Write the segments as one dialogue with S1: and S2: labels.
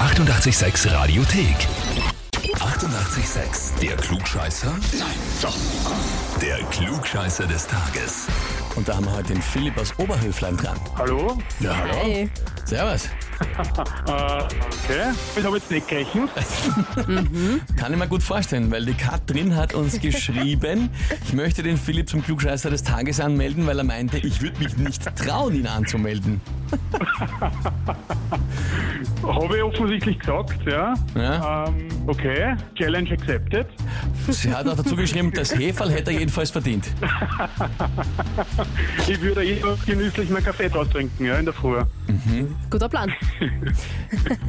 S1: 886 Radiothek. 88,6. Der Klugscheißer? Nein, doch. Der Klugscheißer des Tages.
S2: Und da haben wir heute den Philipp aus Oberhöflein dran.
S3: Hallo?
S2: Ja, hallo.
S4: Hey.
S2: Servus.
S3: Äh, okay. Ich habe jetzt nicht gerechnet.
S2: Kann ich mir gut vorstellen, weil die Katrin hat uns geschrieben, ich möchte den Philipp zum Klugscheißer des Tages anmelden, weil er meinte, ich würde mich nicht trauen, ihn anzumelden.
S3: Habe ich offensichtlich gesagt, ja.
S2: Ja.
S3: Ähm, okay. Challenge accepted.
S2: Sie hat auch dazu geschrieben, das Heferl hätte er jedenfalls verdient.
S3: Ich würde immer genüsslich meinen Kaffee draus trinken, ja, in der Früh.
S4: Guter Plan.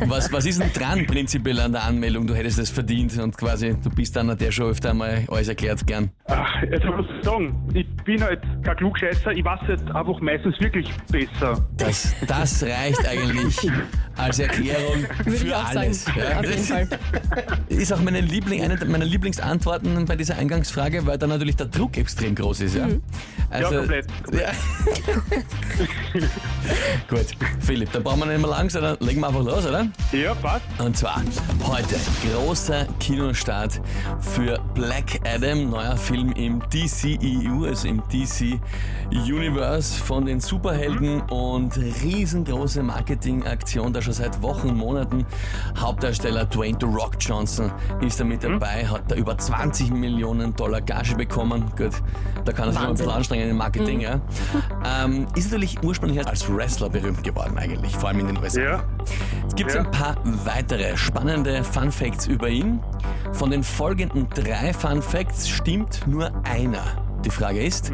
S2: Was, was ist denn dran prinzipiell an der Anmeldung? Du hättest es verdient und quasi, du bist einer, der schon öfter einmal alles erklärt gern.
S3: Ach, jetzt muss ich sagen, ich bin halt kein Klugscheißer, ich weiß jetzt einfach meistens wirklich besser.
S2: Das, das reicht eigentlich als Erklärung
S4: Würde ich
S2: für
S4: auch
S2: alles.
S4: sagen.
S2: Ja,
S4: Auf jeden
S2: das-
S4: Fall.
S2: ist auch meine Liebling, eine meiner Lieblingsantworten bei dieser Eingangsfrage, weil da natürlich der Druck extrem groß ist.
S4: Mhm.
S2: Ja, also,
S3: Ja, komplett.
S2: Ja. Gut, Philipp, dann brauchen wir nicht mehr lang, sondern legen wir einfach los, oder?
S3: Ja, passt.
S2: Und zwar heute großer Kinostart für Black Adam, neuer Film im DCEU, also im DC Universe von den Superhelden und riesengroße Marketingaktion da schon seit Wochen, Monaten. Hauptdarsteller Dwayne The Rock Johnson ist da mit dabei, hat da über 20 Millionen Dollar Gage bekommen. Gut, da kann er sich noch ein bisschen anstrengen im Marketing, ja. Ähm, ist natürlich ursprünglich als Wrestler berühmt geworden eigentlich, vor allem in den USA.
S3: Ja.
S2: Jetzt gibt es
S3: Ja.
S2: ein paar weitere spannende Fun Facts über ihn. Von den folgenden drei Fun Facts stimmt nur einer. Die Frage ist,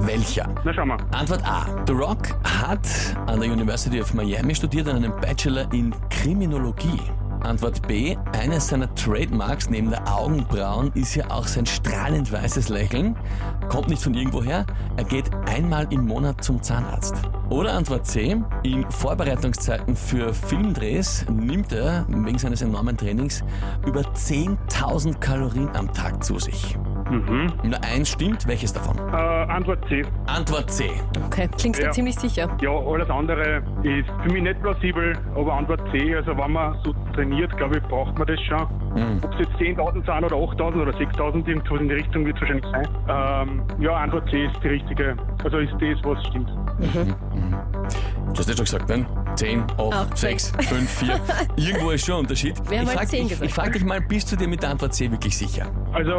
S2: welcher?
S3: Na, schauen wir.
S2: Antwort A. The Rock hat an der University of Miami studiert und einen Bachelor in Kriminologie. Antwort B. Eines seiner Trademarks neben der Augenbrauen ist ja auch sein strahlend weißes Lächeln. Kommt nicht von irgendwoher. Er geht einmal im Monat zum Zahnarzt. Oder Antwort C. In Vorbereitungszeiten für Filmdrehs nimmt er wegen seines enormen Trainings über 10.000 Kalorien am Tag zu sich. Nur eins stimmt. Welches davon?
S3: Äh, Antwort C.
S2: Antwort C.
S4: Okay, klingst
S3: Ja.
S4: du ziemlich sicher.
S3: Ja, alles andere ist für mich nicht plausibel, aber Antwort C, also wenn man so trainiert, glaube ich, braucht man das schon. Ob es jetzt 10.000 sind oder 8.000 oder 6.000, irgendwas in die Richtung wird es wahrscheinlich sein. Ähm, ja, Antwort C ist die richtige, also ist das, was stimmt.
S2: Du hast ja schon gesagt, ne? nein? 10, 8,
S4: Acht,
S2: 6, 5, 4. Irgendwo ist schon ein Unterschied.
S4: Wir haben
S2: ich
S4: halt
S2: frag,
S4: zehn
S2: ich,
S4: gesagt.
S2: ich frag dich mal, bist du dir mit der Antwort C wirklich sicher?
S3: Also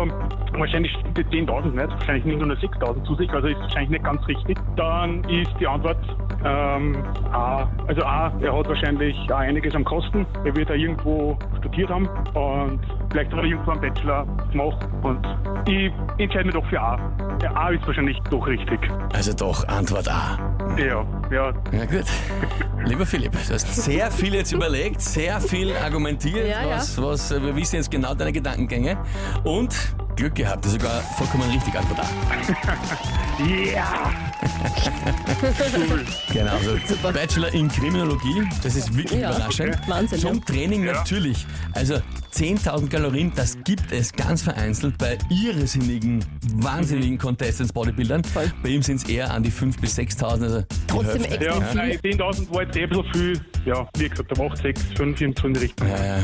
S3: wahrscheinlich stimmt die 10.000 nicht, wahrscheinlich nimmt er nur 6.000 zu sich, also ist wahrscheinlich nicht ganz richtig. Dann ist die Antwort ähm, A. Also A, er hat wahrscheinlich auch einiges am Kosten. Er wird da irgendwo studiert haben und vielleicht hat er irgendwo einen Bachelor gemacht und ich entscheide mich doch für A. Ja, A ist wahrscheinlich doch richtig.
S2: Also doch, Antwort A.
S3: Ja, ja,
S2: Na gut. Lieber Philipp, du hast sehr viel jetzt überlegt, sehr viel argumentiert,
S4: Ja, ja.
S2: was, was äh, wir wissen jetzt genau deine Gedankengänge. Und Glück gehabt, das ist sogar vollkommen richtig Antwort A.
S3: yeah, cool.
S2: Genau, also Bachelor in Kriminologie, das ist wirklich
S4: Ja.
S2: überraschend.
S4: Wahnsinn, ne?
S2: Zum
S4: ja.
S2: Training
S3: Ja.
S2: natürlich. Also 10.000 Kalorien, das gibt es ganz vereinzelt bei irrsinnigen,
S4: Mhm.
S2: wahnsinnigen Contestants Bodybuildern. Bei ihm sind es eher an die 5.000 bis 6.000. Also die
S4: Trotzdem
S2: Hälfte.
S4: extrem
S3: Ja,
S4: viel.
S3: nein, 10.000 war jetzt eh ein bisschen viel. Ja, wie gesagt, er macht 6, 5 irgendwo in die Richtung.
S2: Ja, ja.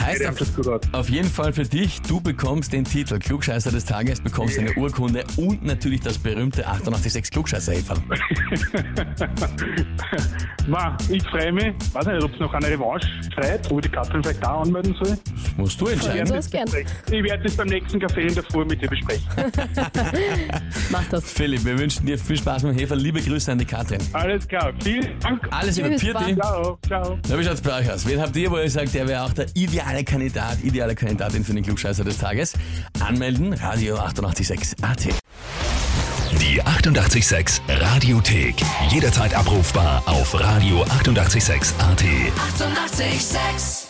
S2: Heißt
S3: Ja, das ist gut aus.
S2: auf, auf jeden Fall für dich, du bekommst den Titel Klugscheißer des Tages, bekommst eine Urkunde und natürlich das berühmte 886 klugscheißer -Häferl.
S3: Ma, ich freue mich. Weiß nicht, ob es noch eine Revanche schreit, wo die Katrin vielleicht da anmelden soll.
S2: Musst du entscheiden.
S4: Also ist gern.
S3: Ich werde das beim nächsten Café in der Früh mit dir besprechen.
S4: Mach das.
S2: Philipp, wir wünschen dir viel Spaß mit dem Hefer. Liebe Grüße an die Katrin.
S3: Alles klar. Vielen Dank.
S2: Alles Liebe,
S4: Tschüss,
S2: Pirti.
S4: Baba.
S3: Ciao. Ciao.
S2: Na, wie schaut's bei euch aus? Wen habt ihr, wo ihr sagt, der wäre auch der ideale Kandidat, ideale Kandidatin für den Klugscheißer des Tages? Anmelden, Radio 886 AT.
S1: Die 88,6 Radiothek. Jederzeit abrufbar auf radio886.at. 88,6.
S5: Eighty-eight, sex.